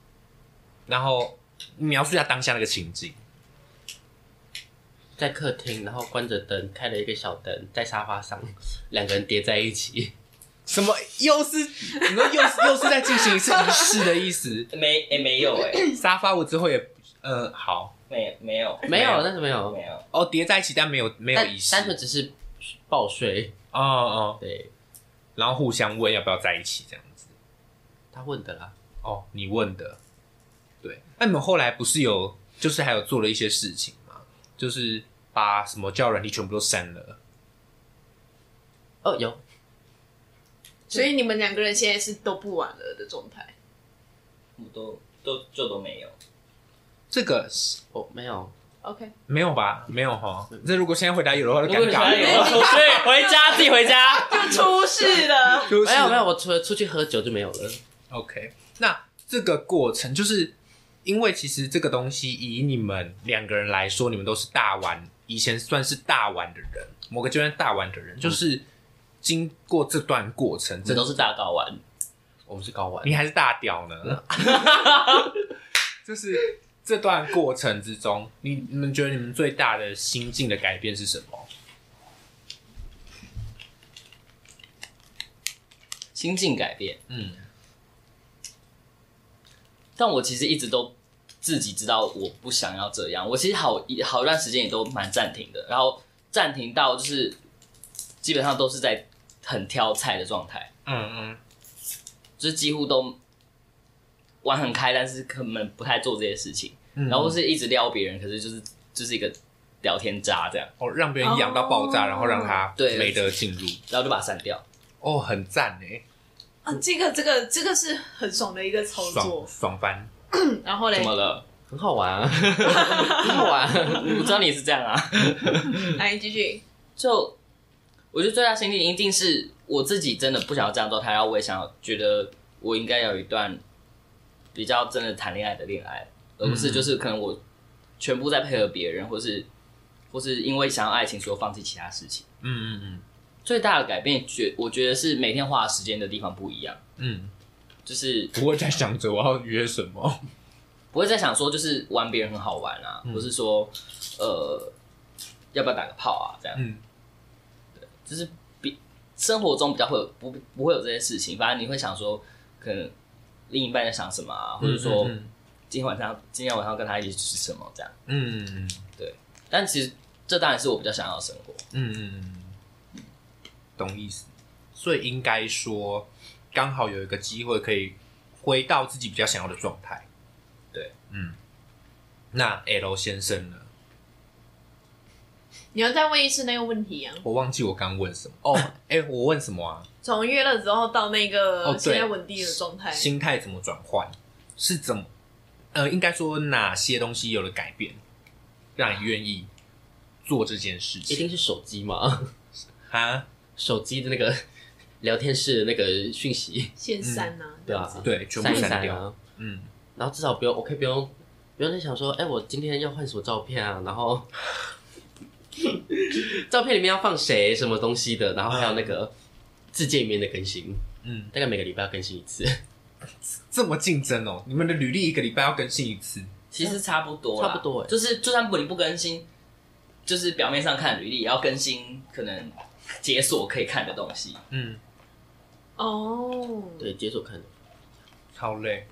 然后描述一下当下那个情景。
在客厅，然后关着灯，开了一个小灯，在沙发上，两个人叠在一 起。
什么？又是你说又是又是在进行一次仪式的意思？
没，哎、没有、哎，
沙发我之后也呃好
没，没有，
没
有
有，但是没有，
没有，
哦叠在一起，但没有没有
但
仪式
单纯只是报税。
哦哦，
对
然后互相问要不要在一起这样子。
他问的啦，
哦，你问的，对。那你们后来不是有就是还有做了一些事情吗？就是把什么教软体全部都删了。
哦，有
所以你们两个人现在是都不玩了的状态。
我都都就都没有。
这个是
哦，没有，
OK，
没有吧？没有哈。这如果现在回答有的话，就
如果
尴尬
你想
了。
要有，所以回家自己回家。
出事了。
就是
没有，没有，我除了出去喝酒就没有了。
OK，那这个过程就是因为其实这个东西以你们两个人来说，你们都是大玩，以前算是大玩的人，某个阶段大玩的人，就是经过这段过程，
这
这
都是大睾丸，
我们是高玩，
你还是大屌呢。嗯 就是这段过程之中，你你们觉得你们最大的心境的改变是什么？
心境改变。
嗯，
但我其实一直都自己知道我不想要这样，我其实好一好一段时间也都蛮暂停的，然后暂停到就是基本上都是在很挑菜的状态，
嗯嗯，
就是几乎都玩很开，但是根本不太做这些事情，
嗯
然后是一直撩别人，可是就是就是一个聊天渣这样，
哦，让别人痒到爆炸，
哦
然后让他
对
没得进入，
然后就把它删掉。
哦，很赞哎，
啊，这个这个这个是很爽的一个操
爽
作。
爽翻。
嗯然后嘞
怎，么了？
很好玩啊， 很好玩啊。
我知道你是这样啊。
嗯来你继续。
就我觉得最大心境一定是我自己真的不想要这样的状态，然后我也想要觉得我应该有一段比较真的谈恋爱的恋爱，而不是就是可能我全部在配合别人，或是或是因为想要爱情所以放弃其他事情。
嗯嗯嗯。
最大的改变，觉我觉得是每天花的时间的地方不一样，
嗯，
就是
不会在想着我要约什么。
不会再想说就是玩别人很好玩啊，
嗯
或是说呃要不要打个炮啊这样。
嗯，
就是比生活中比较会有不不会有这些事情，反正你会想说，可能另一半在想什么啊，或者说
嗯
今天晚上今天晚上跟他一起吃什么这样。
嗯嗯
但其实这当然是我比较想要的生活，
嗯嗯，懂意思。所以应该说，刚好有一个机会可以回到自己比较想要的状态。
对，
嗯。那 L 先生呢？
你要再问一次那个问题啊，
我忘记我刚问什么哦。哎、我问什么啊？
从约了之后到那
哦
个
对
现在稳定的状态，
心态怎么转换？是怎么？呃，应该说哪些东西有了改变，让你愿意做这件事
一定
情？
是手机嘛，
啊，
手机的那个聊天室的那个讯息，
线删呐，
对啊，
对，全部
删一
删
删
掉。
啊。
嗯，
然后至少不用，我可以不用，不用再想说，哎、我今天要换什么照片啊？然后 照片里面要放谁什么东西的？然后还有那个字界面的更新，
嗯，
大概每个礼拜要更新一次，
这么竞争哦，你们的履历一个礼拜要更新一次，
其实差不多啦
差不多欸
就是就算不你不更新，就是表面上看履历，也要更新可能解锁可以看的东西。
嗯，
哦，
对，解锁看的。
超累，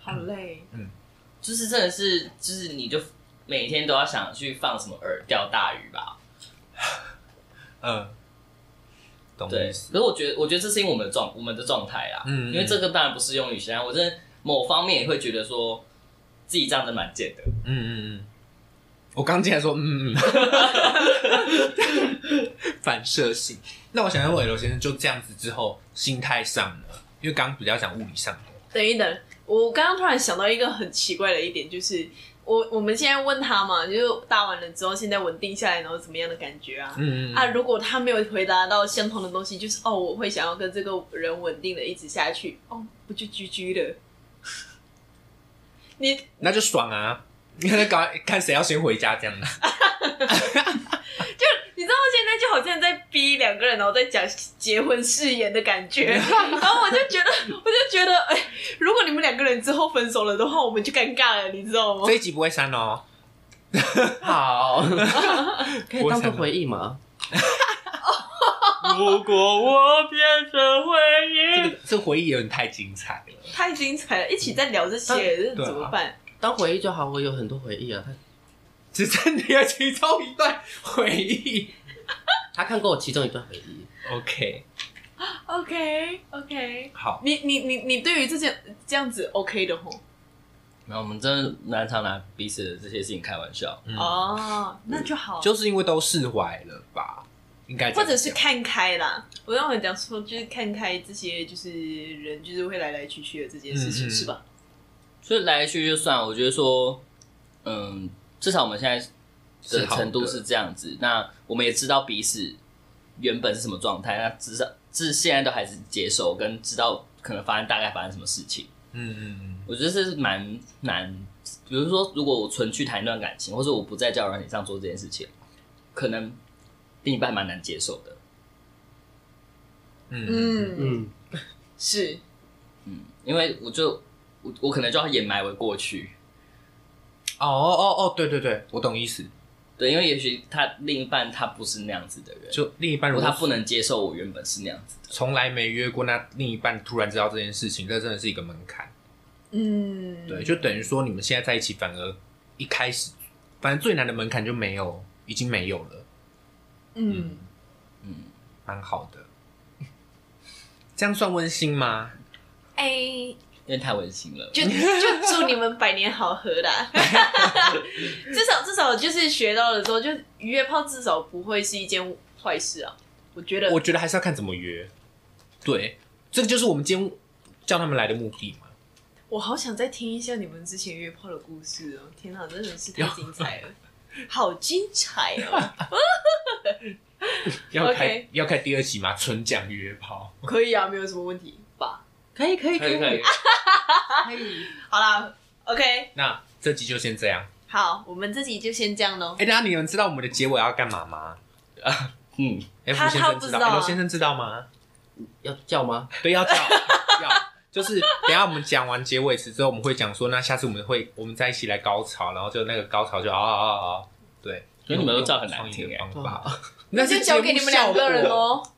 好累，
就是真的是，就是你就每天都要想去放什么饵钓大鱼吧。
嗯，懂意
对，可
思，
是我觉得，我觉得这是因为我们的状我们的状态啦，
嗯
因为这个当然不适用于现在，我真的某方面也会觉得说自己这样子蛮贱的，
嗯嗯嗯，我刚进来说，嗯嗯， 反射性。那我想问伟柔先生，就这样子之后，心态上呢？因为刚刚比较讲物理上的，
等一等，我刚刚突然想到一个很奇怪的一点，就是我我们现在问他嘛，就是搭完了之后，现在稳定下来，然后怎么样的感觉啊？
嗯嗯
啊，如果他没有回答到相同的东西，就是哦，我会想要跟这个人稳定的一直下去，哦，不就居居了？ 你
那就爽啊！你看搞看谁要先回家这样的，啊
你知道现在就好像在逼两个人，然后在讲结婚誓言的感 觉，然后我就觉得，我就觉得，哎、如果你们两个人之后分手了的话，我们就尴尬了，你知道吗
这？一集不会删 哦。
好，可以当
我想
做
到
回忆吗？
如果我变成回
这
忆，
个这回忆有点太精彩了。
太精彩了，一起在聊这些，
对啊
怎么办？
当回忆就好，我有很多回忆啊。他
只剩你的其中一段回忆。
他看过我其中一段回忆，
OK，
OK OK，
好，
你你你你对于这件这样子 OK 的吼？
那我们真的蛮常拿彼此的这些事情开玩笑。
嗯
哦，那就好，
就是因为都释怀了吧，应该这
或
样
者是
讲
看开啦。我让我讲说，就是看开这些，就是人就是会来来去去的这件事
嗯
情，
嗯
是吧？
所以来来去去就算了，我觉得说，嗯，至少我们现在的
是好的
程度是这样子。那我们也知道彼此原本是什么状态，那至少至现在都还是接受跟知道可能发生大概发生什么事情。
嗯嗯
我觉得这是蛮难，比如说，如果我纯去谈一段感情，或者我不在交友软件上做这件事情，可能另一半蛮难接受的。
嗯嗯嗯，
嗯，
嗯，
是。
嗯，因为我就我我可能就要掩埋为过去，
哦哦哦，对对对，我懂意思。
对，因为也许他另一半他不是那样子的人，
就另一半
如
如
果
果
他不能接受我原本是那样子的，
从来没约过，那另一半突然知道这件事情，这真的是一个门槛。
嗯，
对，就等于说你们现在在一起，反而一开始，反正最难的门槛就没有，已经没有了，
嗯，
嗯，
蛮好 的。这样算温馨吗？
哎、
因为太温馨了。
就就祝你们百年好合啦！ 至少至少就是学到了之后，就约炮至少不会是一件坏事啊。我觉得
我觉得还是要看怎么约。对，这个就是我们今天叫他们来的目的嘛。
我好想再听一下你们之前约炮的故事哦！天哪，真的是太 精彩了，好精彩哦！
要开
OK
要开第二期吗？纯讲约炮，
可以啊，没有什么问题吧？
可以可以
可以可以，
啊好啦，OK，
那这集就先这样。
好，我们这集就先这样喽
哎、。大家你们知道我们的结尾要干嘛吗
嗯，
？F
他
先
他
生
不
知
知
道，
道啊
L 先生知道吗？
要叫吗？
对，要叫 要，就是等一下我们讲完结尾词之后，我们会讲说，那下次我们会我们再一起来高潮，然后就那个高潮就啊啊啊啊，对，
可是你们都叫很难听
用
哎
创意的方
哇
法，那
就是交给你们两个人哦，
节目效果。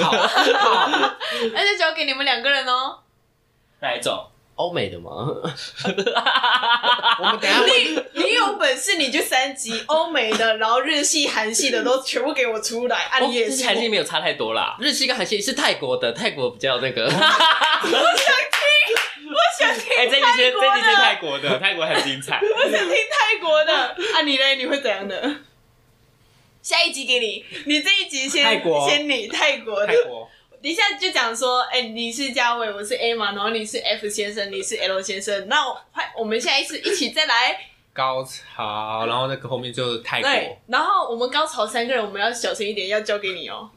好，好
那就交给你们两个人哦。
哪一种？
欧美的吗？
我们等一下会
你有本事你就三级欧美的，然后日系、韩系的都全部给我出来，啊，你也
哦其
是
实还是没有差太多啦。
日系跟韩系是泰国的，泰国比较那个。
想听
哎，这一期
泰
先
国
这一期先
的，
泰国的，泰国很精彩。
我想听泰国的，啊，你嘞，你会怎样的？下一集给你，你这一集先
泰国
先你泰国的
泰，国，
等一下就讲说，哎、你是嘉伟，我是 A 嘛，然后你是 F 先生，你是 L 先生，那我快，我们下一次一起再来。
高潮，然后那个后面就是泰
对
国，，
然后我们高潮三个人，我们要小心一点，要交给你哦、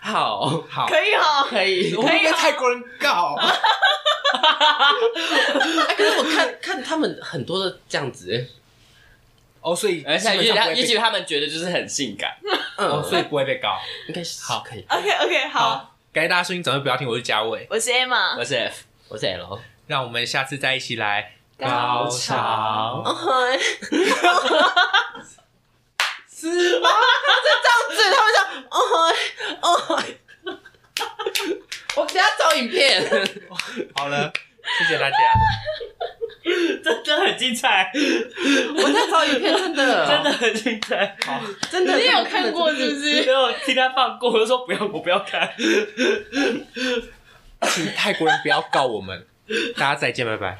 好，
好，
可以哦哈、
可以
我。们被泰国人告。
哎可是我看看他们很多都这样子，欸
哦，所以
而
哎
且
基
也
本上不会被
许他也许他们觉得就是很性 感，
哦，
嗯，
所以不会被告。
应该是
好
可以。
OK OK，好，
好，感谢大家收听，早就不要听，我是嘉伟，
我是 Emma，
而且
我是 L，
让我们下次再一起来
高
潮。
是 吗？
所以他们想，哦哦，我给他找影片，
好了，谢谢大 家，
真的很精彩，
我在找影片，真的，
真的很精彩。
真的，
你有看过是不是？
然后听他放过，我就说不要，我不要看。
请泰国人不要告我们。大家再见，拜拜。